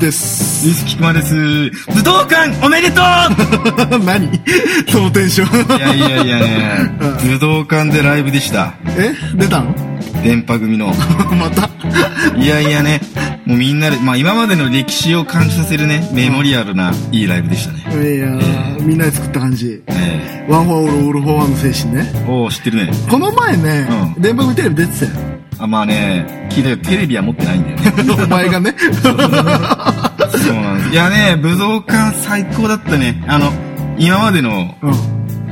です。水木くまです。武道館おめでとう 何そのテンション。いやいやいやいや、武道館でライブでした。 え出たの 電波組の。またいやいやね、もうみんなで、まあ今までの歴史を感じさせるね、メモリアルないいライブでしたね。いやー、みんなで作った感じ。えワンフォーオール、オールフォーワンの精神ね。えおお知ってるね。この前ね、う電波組テレビ出てたよ。あ、まあね、聞いたけどテレビは持ってないんだよね。 お前がね。そうなんです。いやね、武道館最高だったね。あの、今までの、 うん。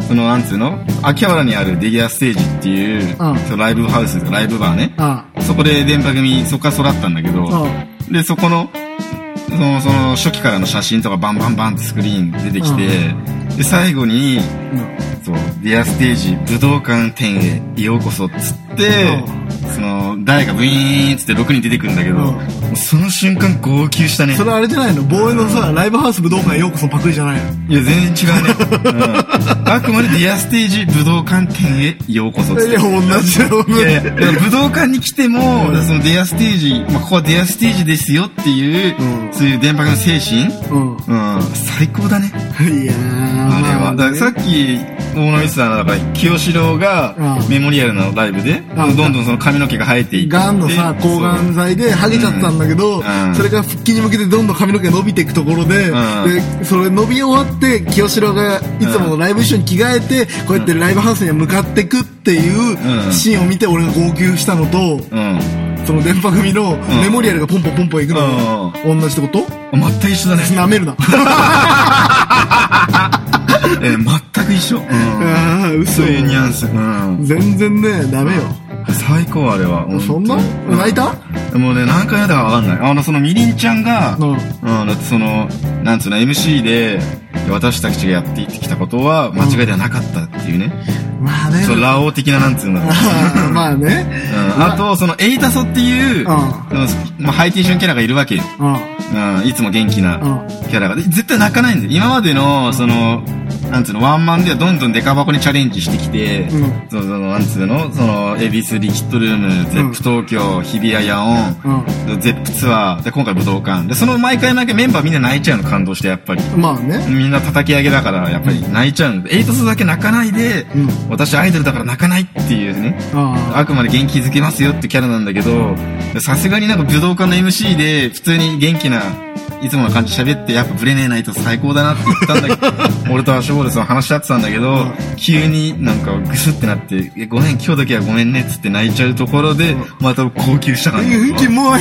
その、なんつうの秋葉原にあるディギュアステージっていう、うんそのライブハウス、ライブバーね。あそこで電波組、そこから育ったんだけど、あ。で、そこの、その、その、初期からの写真とかバンバンバンってスクリーン出てきて、で、最後に、うそう、ディアステージ武道館店へようこそっつって、その、誰がブイーンっつって6人出てくるんだけど、うんもうその瞬間号泣したねん。。それあれじゃないの防衛のさ、ライブハウス武道館へようこそパクリじゃないの。いや、全然違うね。うん、 あくまでディアステージ武道館店へようこそっつっいてや、。同じだよ、同いじだよやいや、武道館に来ても、そのディアステージ、まあ、ここはディアステージですよっていう、うんそういう電波の精神、うん。うん、最高だね。いやー。あれは。だからささっき、大野道さんの、だから、清志郎がう、んメモリアルのライブで、うんどんどんその髪の毛が生えていって。がんのさ、で抗がん剤で剥げちゃったんだけど、うんそれが復帰に向けてどんどん髪の毛が伸びていくところで、んでそれ伸び終わって、清志郎がいつものライブ衣装に着替えて、こうやってライブハウスに向かってくっていううんシーンを見て俺が号泣したのと、そううん。その電波組のメモリアルがポンポンポンポン行くの、同じってこと 全く一緒だね。舐めるな。 えー全く一緒。うん。ああ、嘘そう。いうニュアンス。うん。全然ね、ダメよ。最高、あれは。そんな本当に泣いたもうね、何回やったかわかんない。あの、そのみりんちゃんが、うんうん、だってその、なんつうの、MC で、私たちがやってきたことは間違いではなかったっていうね。まあね。そう、ラオウ的ななんつうの。うん、あ ーまあね。あと、その、エイタソっていう、んそのまあ、ハイテンションキャラがいるわけよ。うん。うん、いつも元気なうんキャラが。で絶対泣かないんだよ。今までの、その、なんつうの、ワンマンではどんどんデカ箱にチャレンジしてきて、うんその、そのなんつうの、その、エビスリキッドルーム、ゼップ東京、日比谷野音、うん。ゼップツアー、で、今回武道館。で、その毎回毎回メンバーみんな泣いちゃうの、感動して、やっぱり。まあね。みんな叩き上げだから、やっぱり泣いちゃうんで、エイトスだけ泣かないで、うん私アイドルだから泣かないっていうね、ああくまで元気づけますよってキャラなんだけど、さすがになんか武道館の MC で、普通に元気な、いつもの感じ喋って、やっぱブレねえナイト最高だなって言ったんだけど、俺とアッシュボールさん話し合ってたんだけど、急になんかグスってなって、えごめん、今日だけはごめんねっつって泣いちゃうところで、また号泣したから、あ。ね。うん、キモい。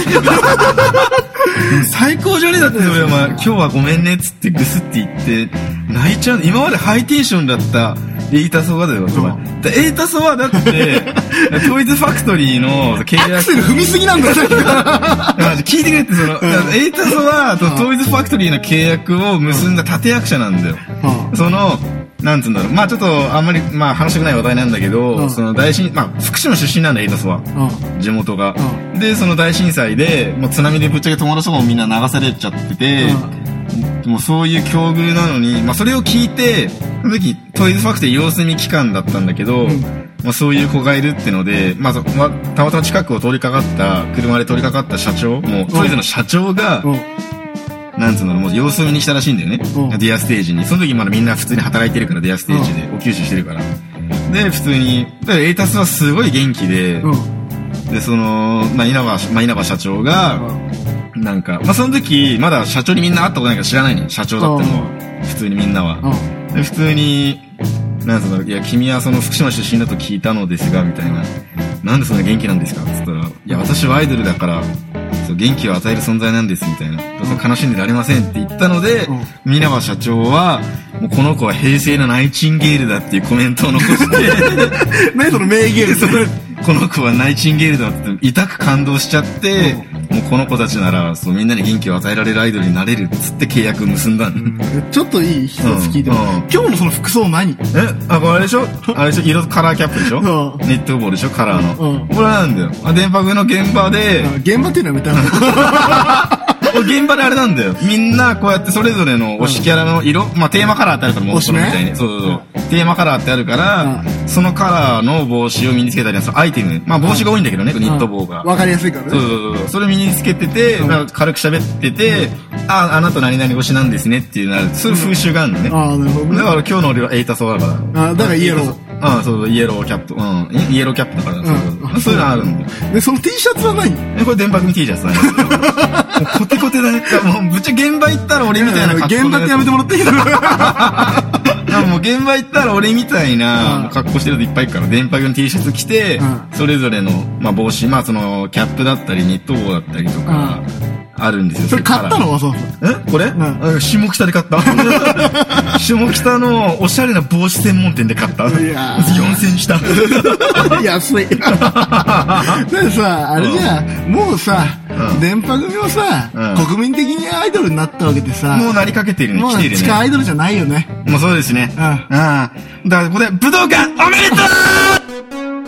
最高じゃねえだって俺は今日はごめんねっつってグスって言って泣いちゃう今までハイテンションだったエイタソワだよ、お前うでエイタソワだって トイズファクトリーの契アク約セル踏みすぎなんだよ、さっきから聞いてくれってその、エイタソワとトイズファクトリーの契約を結んだ立役者なんだよ、そのなんつうんだろうまあちょっとあんまり、まあ、話したくない話題なんだけど、うんその大震まあ福島出身なんだエイタソワう地元が、うでその大震災でもう津波でぶっちゃけ友達とかもみんな流されちゃってて、もうそういう境遇なのに、まあ、それを聞いてその時トイズファクトリー様子見期間だったんだけど、んまあ、そういう子がいるってので、まあそまあたまたま近くを通りかかった車で通りかかった社長もうトイズの社長が、ん。うん。なんつうのもう様子見に来たらしいんだよね、うんディアステージにその時まだみんな普通に働いてるからディアステージで、お給仕してるからで普通にだからエイタスはすごい元気で、うん。で、その、まあ、稲葉、まあ、稲葉社長が、なんか、まあ、その時、まだ社長にみんな会ったことないから知らないね。社長だったのは。普通にみんなは。で普通に、なんつうんだろう、いや、君はその福島出身だと聞いたのですが、みたいな。なんでそんな元気なんですかって言ったら、いや、私はアイドルだから、そう元気を与える存在なんです、みたいな。だから悲しんでられませんって言ったので、稲葉社長は、もうこの子は平成のナイチンゲールだっていうコメントを残して、何その名言。それ この子はナイチンゲールだって痛く感動しちゃって、もうこの子たちならそうみんなに元気を与えられるアイドルになれるっつって契約結んだの、ちょっといい一つ聞いてもうんうん今日のその服装何えあこれあれでしょあれでしょ色カラーキャップでしょ、うんニットボールでしょカラーの、うんこれなんだよあ電波組の現場で、現場っていうのはやめたの現場であれなんだよ。みんなこうやってそれぞれの推しキャラの色、まあテーマカラーってあるから、もうそのみたいに。そうそうそう。テーマカラーってあるから、そのカラーの帽子を身につけたりはそのアイテム。まあ帽子が多いんだけどね、ニット帽が。わかりやすいからね。そうそうそう。それ身につけてて、うんなんか軽く喋ってて、あ、あなた何々推しなんですねっていうなる、そういう風習があるのね。ああ、なるほどね。だから今日の俺はエイタソだから。あだからイエロー。ああ、そうそう、イエローキャップ。うん。イイエローキャップだから、そううそう。んそういうのあるんだよ。で、その T シャツはないえ、これ電波組 T シャツだね。もうコテコテだね。もうぶっちゃけ現場行ったら俺みたいな格好現場ってやめてもらっていいらもう現場行ったら俺みたいなうん格好してる人いっぱいいるから、電波組 T シャツ着てうん、それぞれの、まあ帽子、まあその、キャップだったり、ニット帽だったりとか、あるんですよ。それ買ったのわざわざ。えこれ、んあ下北で 買った。下北のおしゃれな帽子専門店で買っいた。やー4000した。 安い。でさ、あれじゃ、ん、もうさ、うん電波組もさ、うん国民的にアイドルになったわけでさ、もうなりかけてるね。もう来ている地ね。下アイドルじゃないよね。もうそうですね。うんああ。だからここで、武道館おめでとう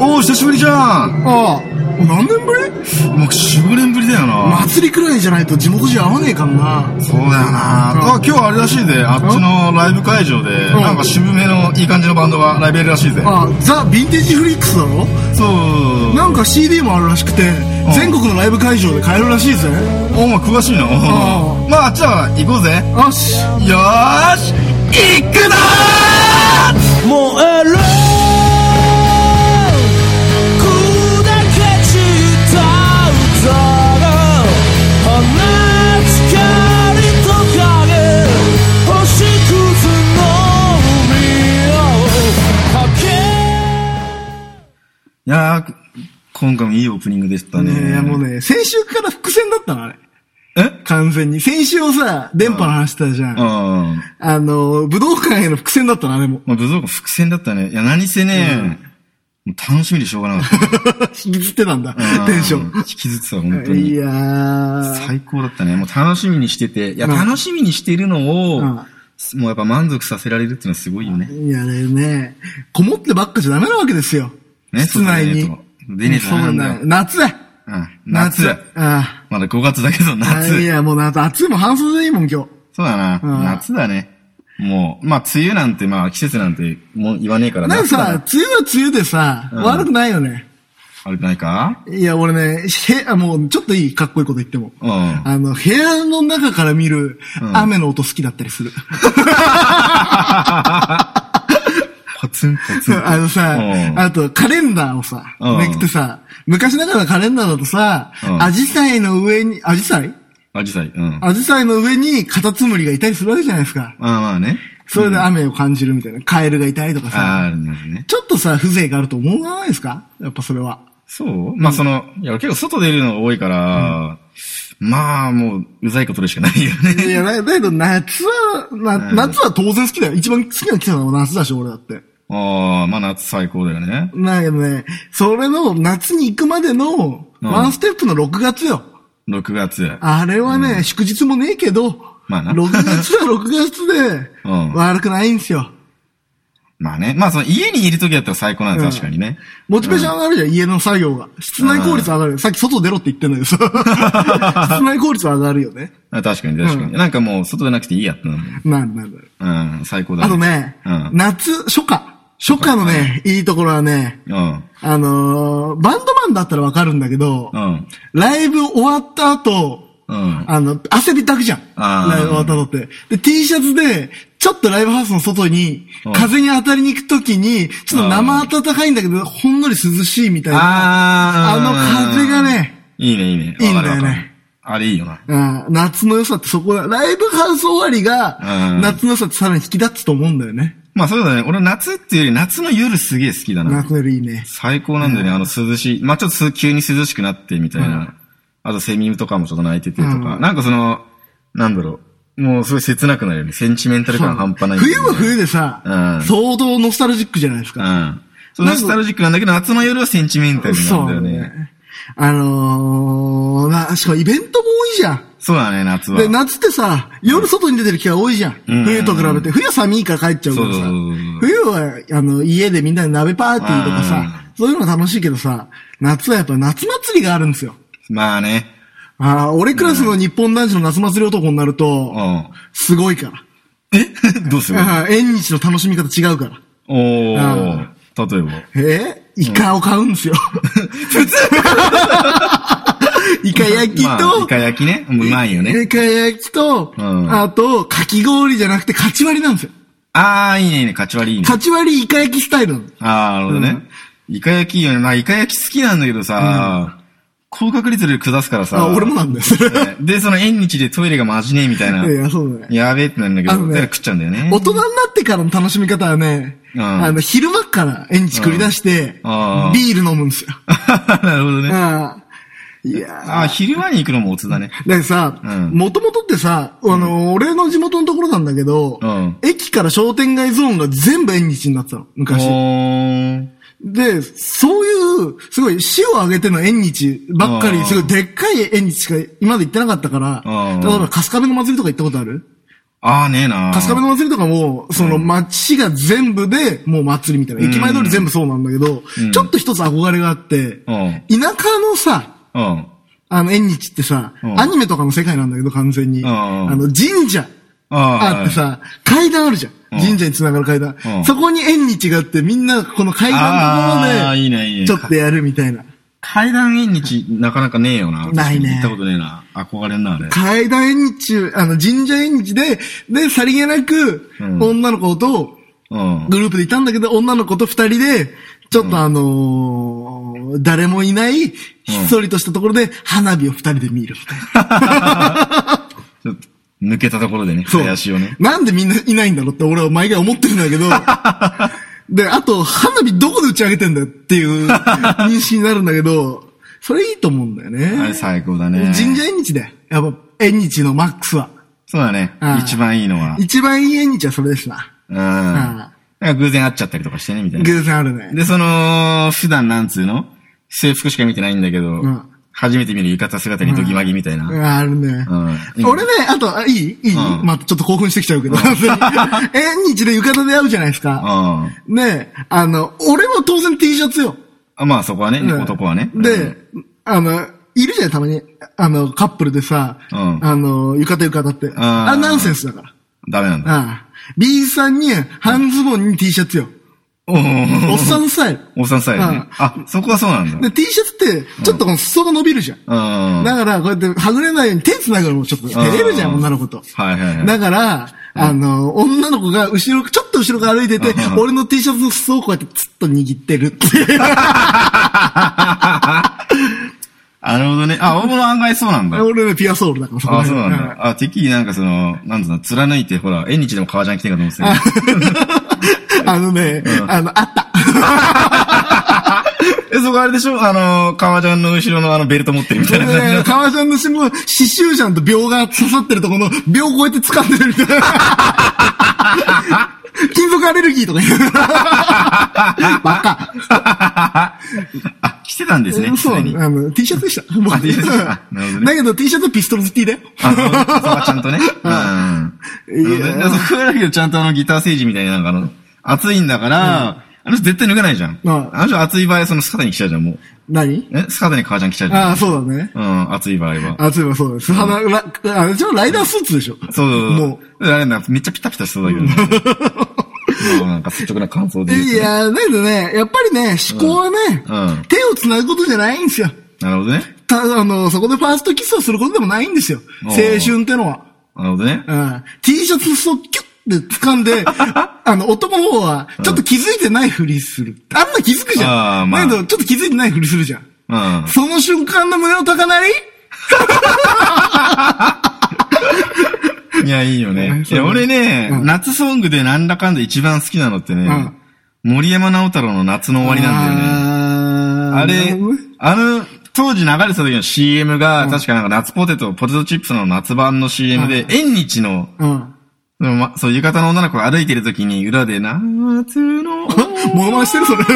おお、久しぶりじゃんああ、何年ぶりもう4、5年ぶりだよな。祭りくらいじゃないと地元じゃ合わねえからな。そうだよな。あ、今日あれらしいぜ。あっちのライブ会場で、んなんか渋めのいい感じのバンドがライブやるらしいぜ。ああ、ザ・ヴィンテージフリックスだろそう。なんか CD もあるらしくて、全国のライブ会場で買えるらしいぜ。お前詳しいな。うまあ、あっちは行こうぜ。よし。よーし行くぞー燃える砕け散った歌が放つ光と影星屑の海を駆けいやー、今回もいいオープニングでしたね。ねえ、もうね、先週から伏線だったの、あれ。え完全に。先週をさ、電波の話してたじゃん。うん。まあの、武道館への伏線だったの、あれも。 あ、武道館伏線だったね。いや、何せね、もう楽しみでしょうがなかっ引きずってたんだ、 た。テンショうん引きずってた、本当ン。いに。やー。最高だったね。もう楽しみにしてて。いや、うん楽しみにしてるのを、うんもうやっぱ満足させられるっていうのはすごいよね。いやだよね。こもってばっかじゃダメなわけですよ。ね室内に外。出ねえとそうダメなだんだね。夏だうん。夏。あまだ5月だけど、あ。い夏。や、もう夏、暑いもん半袖でいいもん、今日。そうだな。うん夏だね。もう、まあ、梅雨なんて、まあ、季節なんて、もう言わねえからなんか夏ださ、梅雨は梅雨でさ、ん悪くないよね。悪くないかいや、俺ね、へ、あ、もう、ちょっといい、かっこいいこと言っても。うんあの、部屋の中から見る、雨の音好きだったりする。ポツンポツ ン。あのさう、んあと、カレンダーをさ、うんめくってさ、昔ながらのカレンダーだとさう、んアジサイの上に、アジサイアジサイ。うん。アジサイの上にカタツムリがいたりするわけじゃないですか。まあまあね。それで雨を感じるみたいな。カエルがいたりとかさ。ああ、なるほどね。ちょっとさ、風情があると思わないですかやっぱそれは。そうまあその、いや、結構外出るのが多いから、まあもう、うざいことでしかないよいね。や、だだけど夏は、な、夏は当然好きだよ。一番好きな季節は夏だし、俺だって。 ああ、まあ夏最高だよね。なんかね、それの夏に行くまでの、うんワンステップの6月よ。 6月。あれはね、祝日もねえけど、まあな6月は6月で、うん悪くないんですよ。まあね。まあその、家にいる時だったら最高なんです、うん確かにね。モチベーション上がるじゃん、家の作業が。室内効率上がる。さっき外出ろって言ってんだけど さ。室内効率上がるよね。あ確かに確かに。なんかもう、外出なくていいやってなるなるなるなる。もんうん、最高だあとね、うん。夏、初夏。初夏のね、いいところはね、うん。あのーバンドマンだったらわかるんだけど、うん。ライブ終わった後、うん。あの、汗びたくじゃん。あーライブ終わった後って。で、T シャツで、ちょっとライブハウスの外にうん、風に当たりに行くときに、ちょっと生暖かいんだけど、ほんのり涼しいみたいな。ああの風がね。いいね、いいね。いいんだよねわかるわかる。あれいいよな。あー夏の良さってそこだ。ライブハウス終わりがう、ん夏の良さってさらに引き立つと思うんだよね。まあそうだね。俺夏っていうより夏の夜すげえ好きだな。夏の夜いいね。最高なんだよね。あの涼しい。まあちょっとす急に涼しくなってみたいな。うんあとセミとかもちょっと鳴いててとか。うんなんかその、なんだろう。もうすごい切なくなるよね。センチメンタル感半端ない。冬は冬でさ、うん相当ノスタルジックじゃないですうか。ん。そうノスタルジックなんだけど、夏の夜はセンチメンタルなそんうだだよね。ね。あのー、な、しかもイベントも多いじゃん。そうだね、夏は。で、夏ってさ、夜外に出てる機会多いじゃん。ん冬と比べて。冬は寒いから帰っちゃうからそうさそうそうそう。冬は、あの、家でみんなで鍋パーティーとかさ、そういうの楽しいけどさ、夏はやっぱ夏祭りがあるんですよ。まあね。ああ、俺クラスの日本男子の夏祭り男になると、 うんすごいから。えどうするああ縁日の楽しみ方違うから。おー。例えあば。えイカを買うんで すよ。普通 イカ焼きまあ、とイ、カ焼きね。うまいよね。イカ焼きと、うんあと、かき氷じゃなくて、かち割りなんですよ。あー、いいね、いいね。カチ割りいいね。かち割りイカ焼きスタイルなの。あー、なるほどね。イカ焼きいいよね。まあ、イカ焼き好きなんだけどさ、高確率で下すからさ。あ、俺もなんだよ、それ。ねで、その縁日でトイレがマジねえみたいな。 いや、そうだね。やべえってなるんだけあど、のねだから食っちゃうんだよね。大人になってからの楽しみ方はね、うんあの、昼間から園地繰り出して、うんビール飲むんですよ。 なるほどね。ああ いやーあー、昼間に行くのもおつだね。だってさ、うんもともとってさ、あの、俺の地元のところなんだけど、うん駅から商店街ゾーンが全部縁日になってたの、お昔。ー。で、そういう、すごい、市を挙げての縁日ばっかうり、んすごい、でっかい縁日しか今まで行ってなかったから、うん例えば、春日部の祭りとか行ったことあるあー、ねえな春日部の祭りとかも、その街が全部で、もう祭りみたいな。駅前通り全部そうなんだけど、うんちょっと一つ憧れがあって、うん田舎のさ、うん。あの、縁日ってさ、うんアニメとかの世界なんだけど、完全に。んあの、神社あーあってさ、階段あるじゃん。ん神社に繋がる階段う。んそこに縁日があって、みんなこの階段のとこあろーいいねいで、いねちょっとやるみたいな。階段縁日、なかなかねえよな。ないね行ったことねえな。憧れんな、あれ。階段縁日、あの、神社縁日で、で、さりげなくう、ん女の子と、うん。グループでいたんだけど、女の子と二人で、ちょっとあのー誰もいない、ひっそりとしたところで、花火を二人で見るみたいな。 ちょっと、抜けたところでね、そう林をね。なんでみんないないんだろうって俺は毎回思ってるんだけ ど、で、あと、花火どこで打ち上げてんだよっていう認識になるんだけど、それいいと思うんだよあれね。最高だね。神社縁日だよ。やっぱ、縁日のマックスは。そうだねああ。一番いいのは。一番いい縁日はそれですな。うん。あなんか偶然会っちゃったりとかしてね、みたいな。偶然あるね。で、その、普段なんつうの制服しか見てないんだけどん、初めて見る浴衣姿にドギマギみたいな。うんあるね。うん俺ね、あと、あいいいい、うんまあ、ちょっと興奮してきちゃうけど。 縁日で浴衣で会うじゃないですうん。か。あねえあの、俺も当然 T シャツよ。まあそこはね、ね男はね。で、あの、いるじゃん、たまに。あの、カップルでさ、うんあの、浴衣浴衣って。あーあ、ナンセンスだから。ダメなんだ。ああ。B さんに半ズボンに T シャツよ。おーおっさんスタイル。おっさんスタイルね。あ、そこはそうなんだ。で、T シャツって、ちょっとこの裾が伸びるじゃん。うん。だから、こうやって、はぐれないように手繋ぐのもちょっと、照れるじゃん、うん女の子と。はいはいはいだから、あの、女の子が後ろ、ちょっと後ろから歩いててう、ん俺の T シャツの裾をこうやって、つっと握ってるっていう。あなるほどね。あ、俺も案外そうなんだ。 俺ね、ピュアソウルだから、こあ、らそう辺なんだ。あ、てっきりなんかその、なんつうの、貫いて、ほら、縁日でも革ジャン着てんかと思ってたよ あのね、あの、あった。え、そこあれでしょあの、革ジャンの後ろのあのベルト持ってるみたいな感じねの。革ジャンの下も、刺繍ジャンと秒が刺さってるところの、秒をこうやって掴んでるみたいな。金属アレルギーとか言う。バカ。あ、着てたんですね、そう常に。あの、T シャツでした。僕 T シャツでしたなるほどねだけど T シャツはピストルズ T だよ。あ、そうそこはちゃんとね。ういやん。なるほどねそこはだけど、ちゃんとあの、ギター政治みたいな、なんかあの、熱いんだから、あの人絶対脱がないじゃん。うんあの人熱い場合、そのスカタに着ちゃうじゃん、もう。何えスカタに革ジャン着ちゃうじゃん。ああ、そうだね。うん、熱い場合は。あ、そういえばそうです。肌、ラ、あれじゃあライダースーツでしょ。そうそうそう。もあれな、めっちゃピタピタしそうだけどね。 もうなんか率直な感想で言うといねやー、だけどね、やっぱりね、思考はね、うんうん手を繋ぐことじゃないんですよ。なるほどね。た、あの、そこでファーストキスをすることでもないんですよ。お青ー春ってのは。なるほどね。うん。T シャツの裾をキュッて掴ん で、あの、男の方は、ちょっと気づいてないふりする。あんな気づくじゃあーん。まあだけど、ちょっと気づいてないふりするじゃん。うん。その瞬間の胸の高鳴り いや、いいよね。いや、俺ね、夏ソングでなんだかんだ一番好きなのってね、ん森山直太朗の夏の終わりなんだよね。あーあなれるほどね、あの、当時流れてた時の CM が、確かなんか夏ポテト、ポテトチップスの夏版の CM で、縁日の、うん。そのまそう、浴衣の女の子が歩いてる時に裏で、夏の終わりモノマネしてるそれ。っ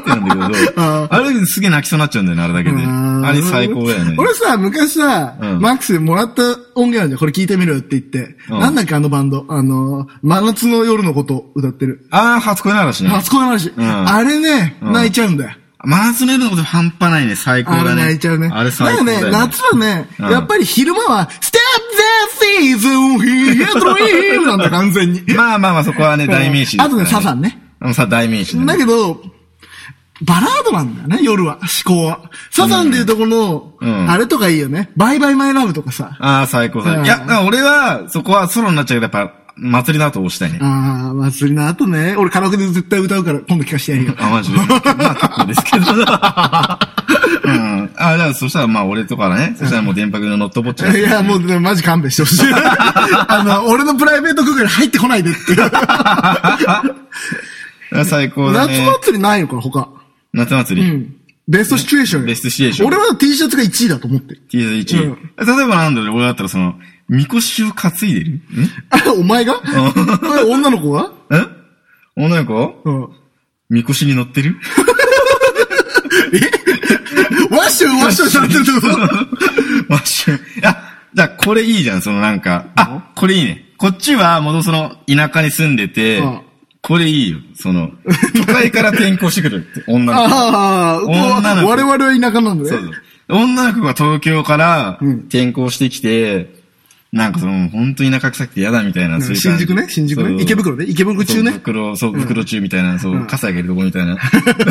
てなん だけど、ああれすげえ泣きそうになっちゃうんだよね、あれだけで。あれ最高だよね。俺さ、昔さ、うんマックスでもらった音源あるじゃん。これ聞いてみろよって言って。うんなんだっけ、あのバンド。あの、真夏の夜のこと歌ってる。ああ、初恋の嵐ね。初恋の話。んあれね、泣いちゃうんだよ。真夏の夜のこと半端ないね、最高あだれね。泣いちゃうね。あれ最高だよ、ね。ね。夏はね、うんやっぱり昼間は、Step the season, here's dream なんだ、完全に。 まあまあまあ、そこはね、代名詞ですあとね、サザンね。うん。さ、代名詞ねだけど、バラードなんだよね、夜は、思考は。サザンでいうとこの、うんあれとかいいよね。バイバイマイラブとかさ。ああ、最高最う高。んいや、だから俺は、そこはソロになっちゃうけど、やっぱ、祭りの後押したいね。ああ、祭りの後ね。俺カラオケで絶対歌うから、今度聞かせてやるよ。あ、マジで。まあ、結構ですけど。うん。あ、だから、そしたら、まあ、俺とかね。そしたら、もう、電波組の乗っとぼっちゃいや、もう、ね、マジ勘弁してほ しい。あの、俺のプライベート空間に入ってこないでって いう。う。最高だ夏ね。祭りないのかな、他。夏祭り。うん。ベストシチュエーションよベストシチュエーション俺は T シャツが1位だと思ってる。 T シャツう1ん位。例えばなんだろう、俺だったらその、みこしを担いでるんあ、お前がん女の子がん女の子うん。みこしに乗ってるワッションワッションされてるってこと マッシュ。あ、じゃあこれいいじゃん、そのなんか。あ、これいいね。こっちは、もとその、田舎に住んでてうん、これいいよ。その、都会から転校してくる って、女の子。あ女あ、の子我々は田舎なんだそうそうね。。女の子が東京からうん転校してきて、なんかその、本当田舎臭くて嫌だみたいな、そういう感新じ宿ね、新宿そうね。池袋ね、池袋中そうね。袋、そう、袋中みたいな、そう、傘あげるとこみたいな。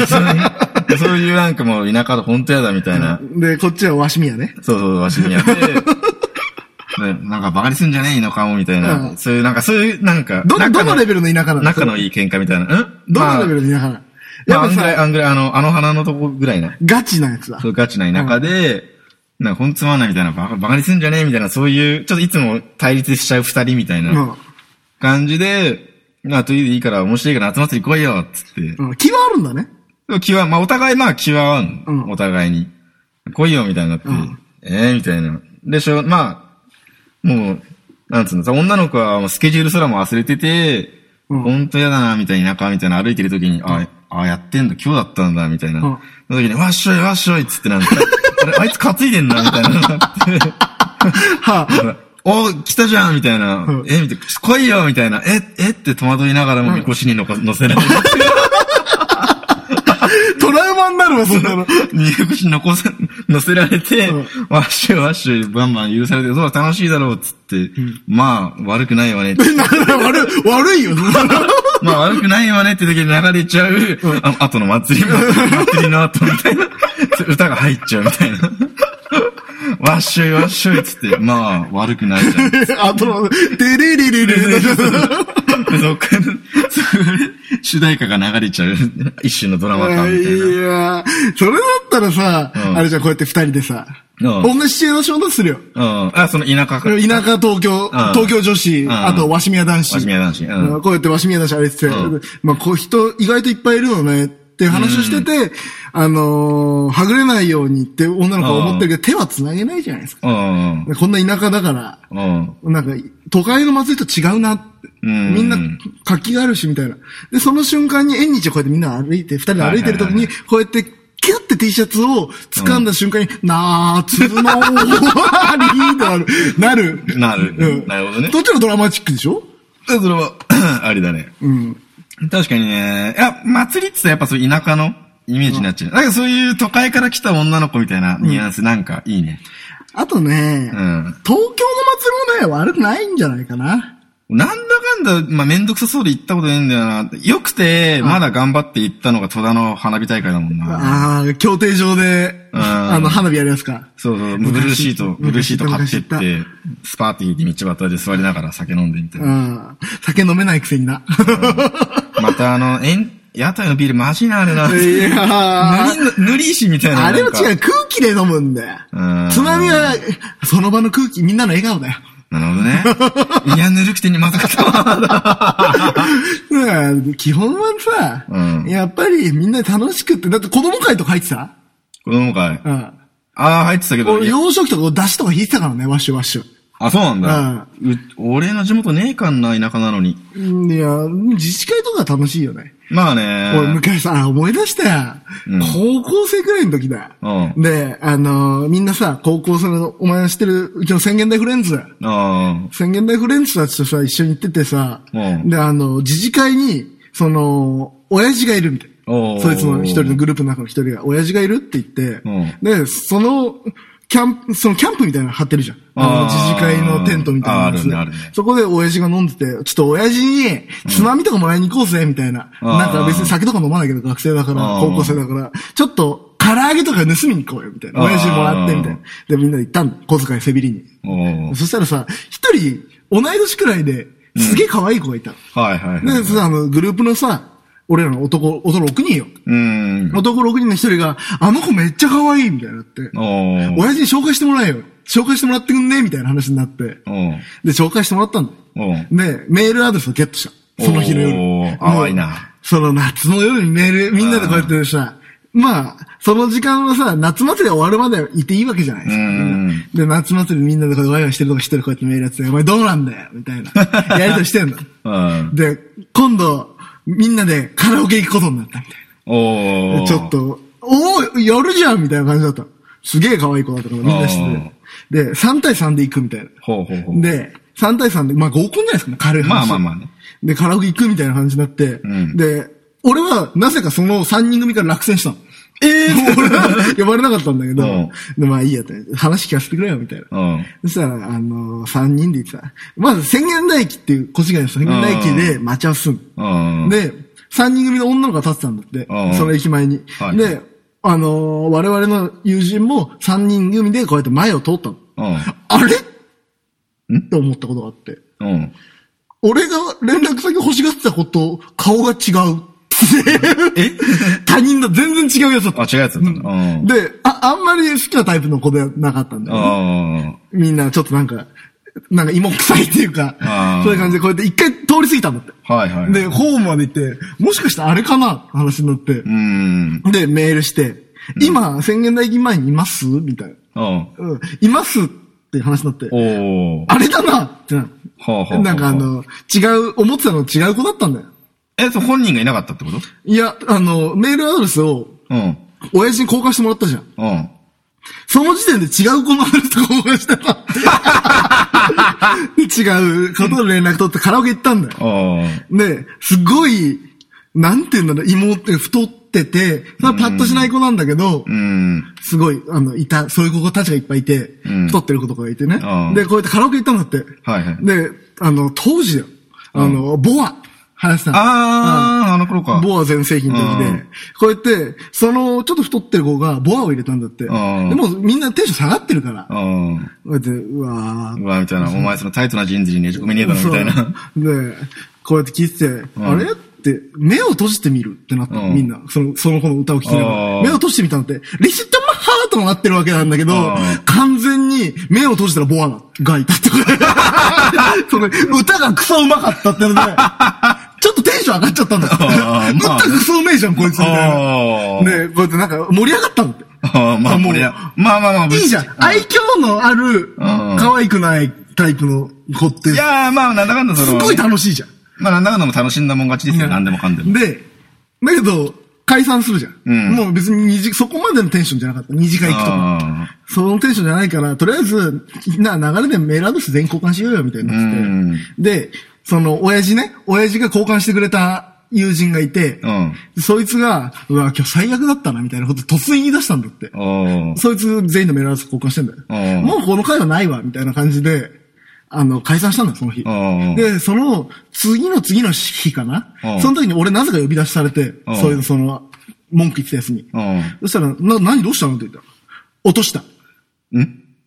そうそういうなんかもう田舎で本当やだみたいな。で、こっちはワシミヤね。そうそう、わしに やって。でなんかバカにすんじゃねえのかもみたいうな。んそういう、なんかそういう、なんか。ど、どのレベルルの田舎なの仲のいい喧嘩みたいな。うんどのレベルルの田舎なのややっっぱぱさ、さ、あんぐらい、あの、あの花のとこぐらいな。ガチなやつだそ。う、ガチな田舎で、なんか、ほんつまんないみたいな、バカ、バカにすんじゃねえみたいな、そういう、ちょっといつも対立しちゃう二人みたいうなん感じで、あ、というでいいから、面白いから集まって来いよ、つって。うん。気はあるんだね。でも気は、まあ、お互い、まあ、気は合うの、うんお互いに。来いよ、みたいになって。んええみたいな。でしょ、まあ、もう、なんつうの、さ女の子はもうスケジュールすらも忘れてて、うんほんと嫌だな、みたいな、田舎みたいな歩いてる時に、あ、あ、やってんだ、今日だったんだ、みたいな。んその時に、わっしょい、わっしょい、っつってなんか、 あれ、あいつ担いでんな、みたいな。 はあ。お、来たじゃんみたいな。うんえ、みたいな。来いよみたいな。え、えって戸惑いながらも、みこしにのか乗せられる。トラウマになるわ、そんなの。入浴し残せ、 乗せられて、うんわっしょいわっしょい、バンバン許されて、そうだ、楽しいだろう、つって、まあ、悪くないわね って。な悪い、悪いよ。まあ、悪くないわねってだけで流れちゃう、あ後の祭りの、祭りの後みた いな、歌が入っちゃうみたいな。わっしょいわっしょい、つって、まあ、悪くないじ ゃん。あと、デレレレレレ。でそっから、そこで主題歌が流れちゃう、一種のドラマ感みたいな。いやーそれだったらさ、うんあれじゃん、こうやって二人でさ、うん同じシチュエーションとするよ。うん。あ、その田舎か田舎東京、東京女子、んあと、鷲宮男子。鷲宮男子うんうんこうやって鷲宮男子あれってて、うんまあ、こう人、意外といっぱいいるのね、っていう話をしてて、あのーはぐれないようにって女の子は思ってるけど、手は繋げないじゃないですか。うん。こんな田舎だから、うん。なんか、都会の祭りと違うなって。うんみんな活気があるし、みたいな。で、その瞬間に縁日をこうやってみんな歩いて、二人で歩いてる時はいはいはいに、こうやって、キュッて T シャツを掴んだ瞬間に、夏の終わりとなる。なる。なるうん。なるほどねどっちもドラマチックでしょそれは、 ありだね。うん。確かにね。いや、祭りってさ、やっぱそういう田舎のイメージになっちゃう。だからそういう都会から来た女の子みたいなニュアンスなんかいいね。あとね、うん。東京の祭りもね、悪くないんじゃないかな。なんだかんだ、まあ、めんどくさそうで行ったことないんだよな。よくて、まだ頑張って行ったのが戸田の花火大会だもんな。ああ、協定上で、うんあの、花火やりますか。そうそう、ブルーシート、ブルーシート買っ昔てって、スパーティーで道端で座りながら酒飲んでみたいうな。ん。酒飲めないくせにな。またあの、えん、屋台のビールマジなあれな。 いやー塗り、塗り石みたいな。あれはなんか違う、空気で飲むんだようん。津波は、その場の空気、みんなの笑顔だよ。 なるほどね。いや、ぬるくてにまずかった。うん基本はさ、うんやっぱりみんな楽しくって、だって子供会とか入ってた子供会。うあん。あー、入ってたけど。俺、いや洋食とか出汁とか引いてたからね、ワッシュワッシュ。あ、そうなんだ。う俺の地元ねえかんな、田舎なのに。うんいや、自治会とか楽しいよね。まあね。俺、昔さ、あ思い出したよ。うん高校生くらいの時だよ。うんで、あのーみんなさ、高校生の、お前が知ってる、うちの宣言台フレンズ。あ宣言台フレンズたちとさ、一緒に行っててさ、うんで、あの、自治会に、その、親父がいるみたい。おーそいつの一人のグループの中の一人が、親父がいるって言ってうん、で、その、キャンプ、そのキャンプみたいなの張ってるじゃん。ああーの、自治会のテントみたいなやあるつねあるね。そこで親父が飲んでて、ちょっと親父に、つまみとかもらいに行こうぜ、みたいな。あーなんか別に酒とか飲まないけど、学生だからあ、ー高校生だから、ちょっと、唐揚げとか盗みに行こうよ、みたいな。親父もらって、みたいな。で、みんなで行ったんだ。小遣い背びりに。おーそしたらさ、一人、同い年くらいで、すげえ可愛い子がいたの。はいはいはい。で、そのあの、グループのさ、俺らの男、男6人よ。うん。男6人の一人が、あの子めっちゃ可愛いみたいになって、おー親父に紹介してもらえよ。紹介してもらってくんねみたいな話になって、おーで、紹介してもらったんだおうよ。で、メールアドレスをゲットした。その日の夜。おーもう淡いな。その夏の夜にメール、みんなでこうやってさ、まあ、その時間はさ、夏祭りが終わるまでいていいわけじゃないですか。うみんんなで、夏祭りみんなでこうワイワイしてるとかしてるこうやってメールやってて、お前どうなんだよみたいな。やりとりしてんだ。うん。で、今度、みんなでカラオケ行くことになったみたいな。おーちょっ。と、おおやるじゃんみたいな感じだった。すげえ可愛い子だったからみんなしてて。で、3対3で行くみたいな。ほうほうほう。で、3対3で、まあ合コンじゃないですか、軽い話。まあまあまあね。で、カラオケ行くみたいな感じになって、んで、俺はなぜかその3人組から落選したの。ええ俺は 呼ばれなかったんだけど、うんで、まあいいやって、話聞かせてくれよ、みたいな。うん。そしたら、あのー、3人で行ってた。まず、千元台駅っていう、越谷の千元台駅で待ち合わせすんの。うん。、で、三人組の女の子が立ってたんだってうん、その駅前にはい。で、あのー、我々の友人も三人組でこうやって前を通ったの。うあれって思ったことがあって。ん。うん。俺が連絡先欲しがってたこと、顔が違 う。え他人だ、全然違うやつだった。あ、違うやつだったなうん。で、あ、あんまり好きなタイプの子ではなかったんだよね。うん。みんなちょっとなんか、なんか芋臭いっていうかあ、ーそういう感じでこうやって一回通り過ぎたんだって。はいはい。で、ホームまで行って、もしかしてあれかなって話になってう、ん。で、メールして、今、宣言台駅前にいますみたいな。うん。うん、いますって話になって、おー。あれだなってな。はあはあはあなんかあの、違う、思ってたの違う子だったんだよ。え、そう本人がいなかったってこといや、あの、メールアドレスを、うん。親父に交換してもらったじゃん。うん。その時点で違う子のアドレスと交換して た。で違う方と連絡取ってカラオケ行ったんだよ。あね、すごい、なんていうんだろう、妹太ってて、それはパッとしない子なんだけど、あ。うん。すごい、あの、いた、そういう子たちがいっぱいいて、うん太ってる子とかがいてねあ。あで、こうやってカラオケ行ったんだって。はいはいで、あの、当時だよ。あの、ボア、話したのあー、あの頃か。ボア全盛期の時うでん、こうやって、その、ちょっと太ってる子がボアを入れたんだって。でんもみんなテンション下がってるから、こうん。うやって、うわーうわ、みたいな。お前そのタイトなジーンズにねじ込めねえだろ、みたいな。そうで、こうやって聞いてて、んあれって、目を閉じてみるってなったの、うんみんな。その、その子の歌を聴きながあら。ー目を閉じてみたのって、リシットマッハートもなってるわけなんだけどうん、完全に目を閉じたらボアがいたと か。その歌がクソうまかったってので、ちょっとテンション上がっちゃったんだよ。あーまあ歌クソうめえじゃん、こいつみたいあーな。で、こうやってなんか盛り上がったんだって。あーまあ、もうこりゃ。まあまあまあ、ぶいっいじゃん。愛嬌のある、ん可愛くないタイプの子ってい、やー、まあ、なんだかんだそすの。ごい楽しいじゃん。まあ、なんだかんだも楽しんだもん勝ちですよ。なんでもかんでも。で、だけど、解散するじゃん。うんもう別に二次、そこまでのテンションじゃなかった。二次会行くとか。あそのテンションじゃないから、とりあえず、な、流れでメールアドレス全員交換しようよ、みたいになってて。で、その、親父ね、親父が交換してくれた友人がいて、うそいつが、うわ、今日最悪だったな、みたいなこと突然言い出したんだって。あ。おーそいつ全員のメールアドレス交換してんだうよ。んもうこの回はないわ、みたいな感じで、あの、解散したんだよ、その日うん。で、その、次の次の日かなうんその時に俺なぜか呼び出しされてうん、そういう、その、文句言ってたやつにうん。そしたら、な、何どうしたのって言ったら、落とした。んっ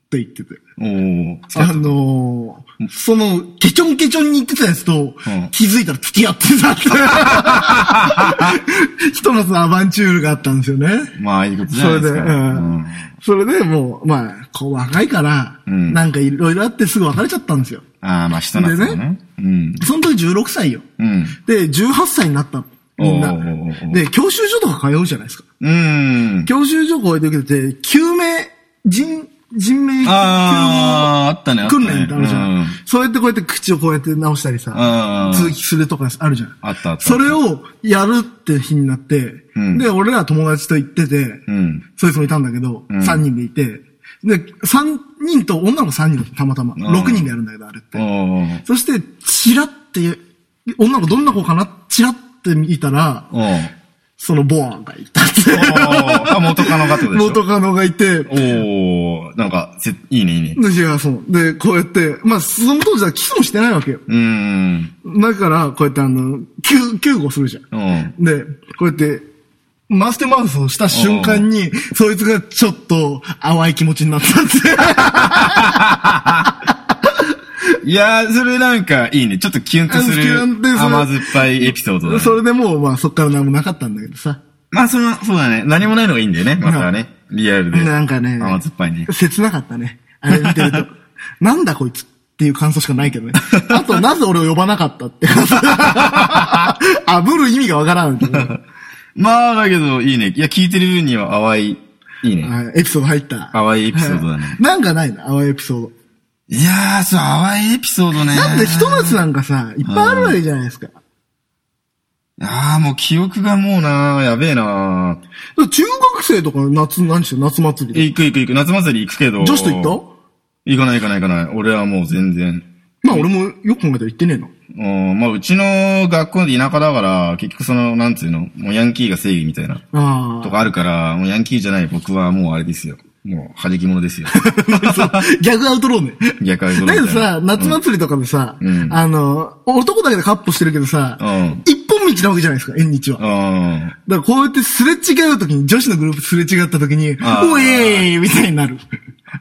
て言ってて。おー。あのー、その、ケチョンケチョンに言ってたやつとん、気づいたら付き合ってたって。 ひとまずアバンチュールがあったんですよね。まあ、いいことじゃそないれでで、すうか。ん。それでもう、まあ、こう若いから、うんなんかいろいろあってすぐ別れちゃったんですよ。ああ、まあ、人なんですよね。うん。その時16歳よ。うん。で、18歳になったのみんなおーおーお。ーで、教習所とか通うじゃないですか。うん。教習所こうやって受けてて、救命、人、人命救あーあったねあ護ったね訓練ってあるじゃうんん。そうやってこうやって口をこうやって直したりさう、ん通気するとかあるじゃん。あったあったそれをやるって日になってうん、で、俺ら友達と行ってて、うん。そいつもいたんだけど、ん3人でいて、で、3人と女の子3人だったたまたま。6人でやるんだけど、あれっおて。ーそして、チラって、女の子どんな子かなチラって見たら、おーそのボーンがいたって。ああ、元カノがってことでしょ元カノがいて、おー、なんか、せいいね、いいね。で、いや、そう。で、こうやって、まあ、その当時はキスもしてないわけよ。うーん。だから、こうやってあの、救、救護するじゃん。うん。で、こうやって、マウステマウスをした瞬間に、そいつがちょっと淡い気持ちになったって。いやー、それなんか、いいね。ちょっとキュンとすキるュンってする甘酸っぱいエピソードだ、ね。それでもう、まあそっから何もなかったんだけどさ。まあ、その、そうだね。何もないのがいいんだよね。またね。リアルで。なんかね、甘酸っぱいね。切なかったね。あれ見てる と。なんだこいつっていう感想しかないけどね。あと、なぜ俺を呼ばなかったって。あぶる意味がわからんけど。まあ、だけど、いいね。いや、聞いてる分には淡い、いいね。はいエピソード入った。淡いエピソードだねはいなんかないの淡いエピソード。いやー、そう、淡いエピソードね。だってひと夏なんかさ、いっぱいあるわけじゃないですか。ああ、もう記憶がもうなー、やべえなー。中学生とか夏、何してる夏祭えり。行く行く行く。夏祭り行くけど。女子と行った行かない行かない行かない。俺はもう全然。まあ俺もよく考えたら行ってねえの。うん、まあ、うちの学校で田舎だから、結局その、なんつうの、もうヤンキーが正義みたいな、あ とかあるから、もうヤンキーじゃない僕はもうあれですよ。もう、弾き 者ですよ。あ。逆アウトローね。逆アウトローみだたいけなどさ、夏祭りとかでさ、うんあの、男だけでカッポしてるけどさ、うん一本道なわけじゃないですか、縁日は。だかうん。らこうやってすれ違うときに、女子のグループすれ違ったときに、あーおえーみたいになる。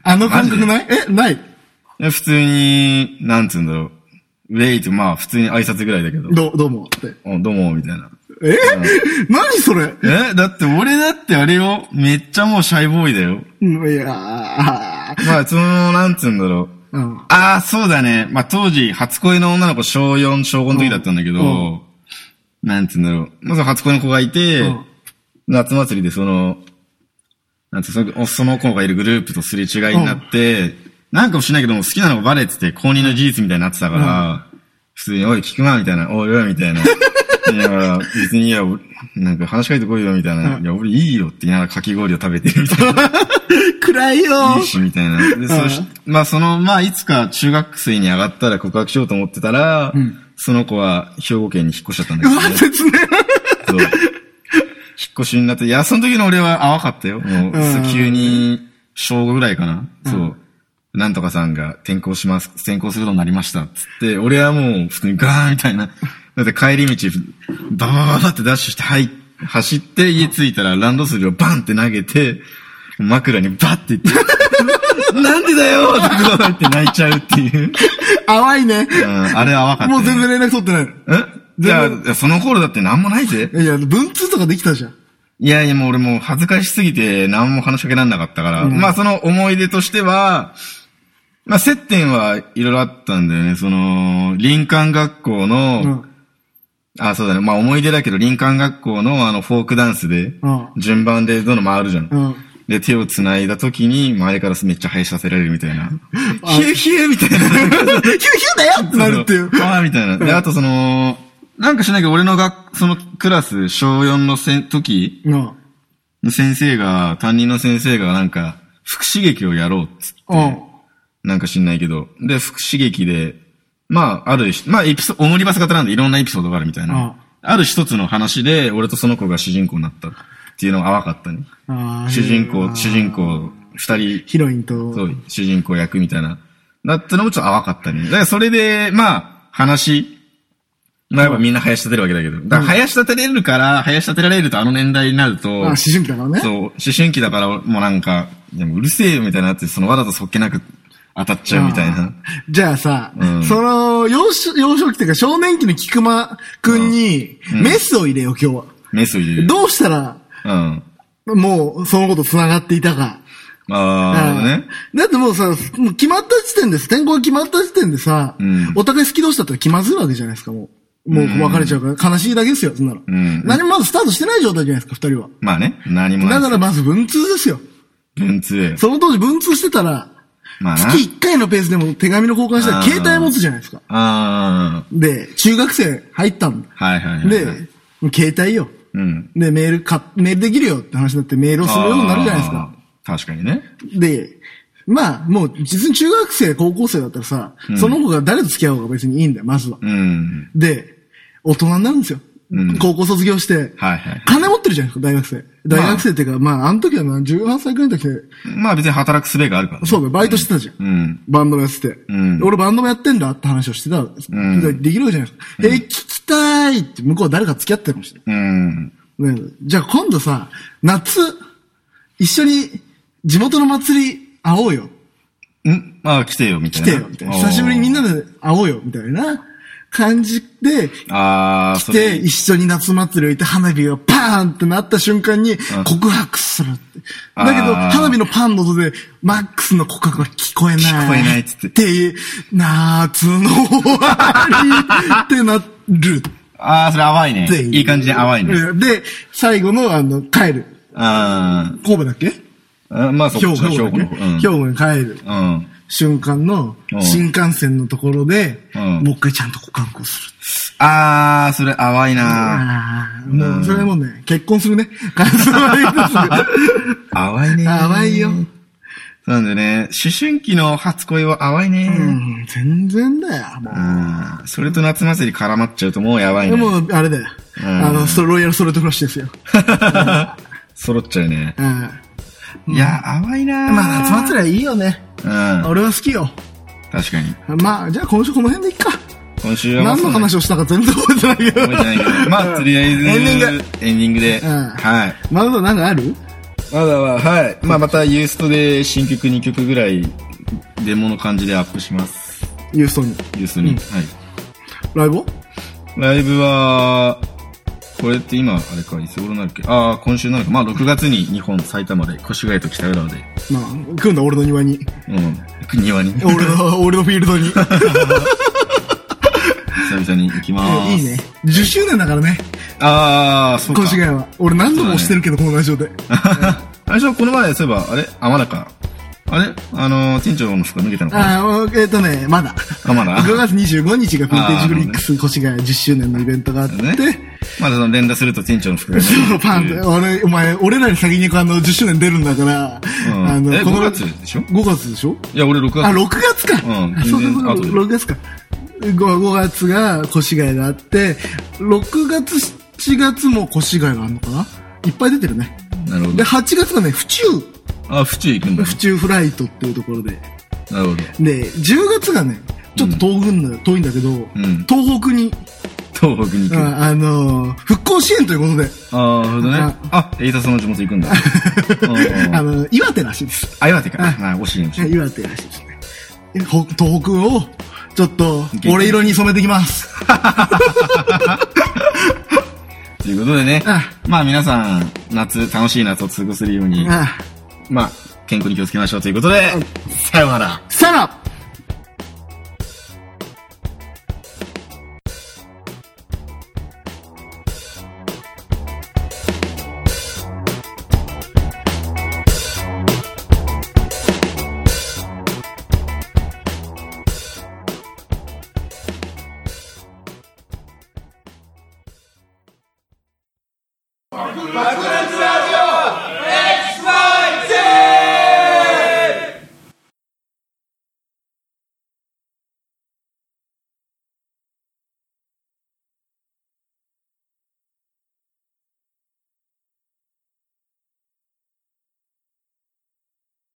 あの感覚ないえ、ないで普通に、なんつうんだろう。ウェイと、まあ、普通に挨拶ぐらいだけど。ど、どうもって。うん、どうも、みたいな。え、何それえだって俺だってあれよ。めっちゃもうシャイボーイだよ。うんいやー、まあ、その、なんつうんだろう。うん。ああ、そうだね。まあ、当時、初恋の女の子、小4、小5の時だったんだけど、うんなんつうんだろう。まず初恋の子がいて、うん夏祭りでその、なんつうその、その子がいるグループとすれ違いになって、なんかもしないけども、好きなのがバレてて、公認の事実みたいになってたから、普通に、おい、聞くな、みたいな、おい、おい、み たいな。言いながら、別に、いや、俺なんか話しかけてこいよ、みたいな。いや、俺いいよって言いながらかき氷を食べてるみたい な。暗いよいいし、みたいな。で、そし、まあ、その、まあ、いつか中学生に上がったら告白しようと思ってたら、その子は兵庫県に引っ越しちゃったんだう わ、け説明。ど、ね、そう。引っ越しになって、いや、その時の俺は淡かったよ。もう、うん急に、正午ぐらいかな。そう。なんとかさんが転校します、転校することになりました。つって、俺はもう、普通にガーンみたいな。だって帰り道、ババババってダッシュして、はい、走って家着いたらランドセルをバンって投げて、枕にバッて行って、 なんでだよって泣いちゃうっていう。淡いね。うん、あれは分かった、もう全。然連絡取ってないの。えじゃあ、その頃だって何もないぜ。いや、文通とかできたじゃん。いやいや、もう俺もう恥ずかしすぎて何も話しかけられなかったから。まあその思い出としては、まあ接点はいろいろあったんだよね。その、林間学校の、うん。あ、そうだね。まあ思い出だけど林間学校のあのフォークダンスでうん、順番でどんどん回るじゃん。 うん。で、手を繋いだ時に、周りからめっちゃ生えさせられるみたいな。ヒューヒューみたいな。ヒューヒューだよって なるって いう。ああ、みたいな。で、あとその、なんかしないけど、俺の学、そのクラス、小4のせん時うん。の先生が、担任の先生がなんか、副刺激をやろうっつって、うん。なんか知んないけど。で、副刺激で、まあ、ある、まあ、エピソード、オムニバス型なんでいろんなエピソードがあるみたいな。ある一つの話で、俺とその子が主人公になったっていうのが淡かったね。あー主人公、主人公、二人、ヒロインと。そう、主人公役みたいな。だったのもちょっと淡かったね。だからそれで、まあ、話、まあやっぱみんな林立てるわけだけど。だから林立てれるから、林立てられるとあの年代になると、あ、思春期だからね。そう、思春期だからもうなんか、でもうるせえよみたいになって、そのわざとそっけなく当たっちゃうみたいな。じゃあさ、うんその、幼少、幼少期っていうか少年期の菊間くんに、メスを入れよう、今日は。メスを入れる。どうしたら、うん。もう、そのこと繋がっていたか。あー、なるほどね。うんだってもうさ、もう決まった時点です。転校が決まった時点でさ、うんお互い好き同士だったら気まずいわけじゃないですか、もう。もう別れちゃうから、悲しいだけですよ、そんなの。ん何もまずスタートしてない状態じゃないですか、二人は。まあね、何もだなかい。らまず文通ですよ。文通。その当時文通してたら、まあな。月1回のペースでも手紙の交換したらあー携帯持つじゃないですか。あー、で、中学生入ったんだ。はいはいはいはい。で、携帯よ。うん。で、メールか、メールできるよって話になってメールをするようになるじゃないですか。あー。確かにね。で、まあ、もう、実に中学生、高校生だったらさ、その子が誰と付き合おうが別にいいんだよ、まずは。うん。で、大人になるんですよ。うん高校卒業して、はいはい。金持ってってるじゃないですか、大学生。大学生っていうか、まあ、あの時はな、18歳くらいの時で、まあ別に働く術があるから、ね。そうだ、バイトしてたじゃん。うん。バンドもやってて。ん俺バンドもやってんだって話をしてた。んできるわけじゃないですか。え、聞きたいって向こうは誰か付き合ってたかもしれうん。ない。ね、じゃあ今度さ、夏、一緒に地元の祭り会おうよ。んまあ来てよ、みたい来な。てよ、みたいな。久しぶりにみんなで。で会おうよ、みたいな感じで、あー、来そて、れ。一緒に夏祭りを行って、花火がパーンってなった瞬間に、告白するって。だけど、あー花火のパンの音で、マックスの告白は聞こえない。聞こえないっつってっていう、夏の終わりってなるっあー、それ淡いねていう。いい感じで淡いね。うんで、最後の、あの、帰る。あー神戸だっけあ。まあそっ兵庫ち兵の兵庫庫だのっけ方。うん。兵庫に帰るうん。瞬間のう、ん新幹線のところで、うんもう一回ちゃんと告白をする。あー、それ淡いなああ、もう、それはもうね、結婚する ね。感想は言います淡いね淡いよ。そうなんだよね。思春期の初恋は淡いねうん、全然だよ、もう。あーそれと夏祭り絡まっちゃうともうやばいでね。も、あれだよ。あの、ストロイヤルストレートフラッシュですよ。揃っちゃうね。うん。まいや、淡いなあ、夏祭りはいいよね。り。うん。俺は好きよ。確かに。まあ、じゃあ今週この辺でいっか。今週はまあ何の話をしたか全然覚えてないけど覚えてないけど。まあ、とりあえず、エンディング。エンディングで。うんはい。まだ何かあるまだは、はい。まあ、またユーストで新曲2曲ぐらい、デモの感じでアップします。ユーストンに。ユーストに。はい。ライブをライブは、これって今、あれか、いつ頃になるっけああ、今週なのか。まあ、6月に日本、埼玉で、越谷と北浦和で、まあ、来んだ俺の庭 に。うん、庭に、久俺の、俺のフィールド に。々に行きまーいす。いね。10周年だからね、ああ、そうか。越谷は。俺何度も押してるけど、このラジオで。 あれじゃこの前、そういえば、あれあ、まだか。あれあのー、店長の服抜けたのかなああ、えっとね、まだ。あ、まだ。 5月25日がヴィンテージブリックス越谷10周年のイベントがあって、ね。まだその連打すると店長の服が、ね。そう、パンって、俺、お前、俺らに先にあの、10周年出るんだから、うんあの、えこの5月でしょ ?5 月でしょいや、俺6月。あ、6月か。うんあそうそう全然そう、後で6月か。5, 5月が越谷があって、6月、7月も越谷があるのかないっぱい出てるね。なるほで、ど。 8月がね、府中、あ、府中行くんだ。府中フライトっていうところで。なるほど。で、10月がね、ちょっと遠くんのよ遠いんだけど、ん東北に、東北に行く。ああのー復興支援ということで、ああ、なるほどねあ。あ、エイタさんの地元行くんだ。うんあの、岩手らしいです。あ、岩手か。はい、惜しいね惜しい。岩手らしいですね。ほ東北を、ちょっと、激俺色に染めてきます。ということでねあ。まあ皆さん、夏、楽しい夏を過ごせるように、あまあ、健康に気をつけましょうということで、さようなら。さら「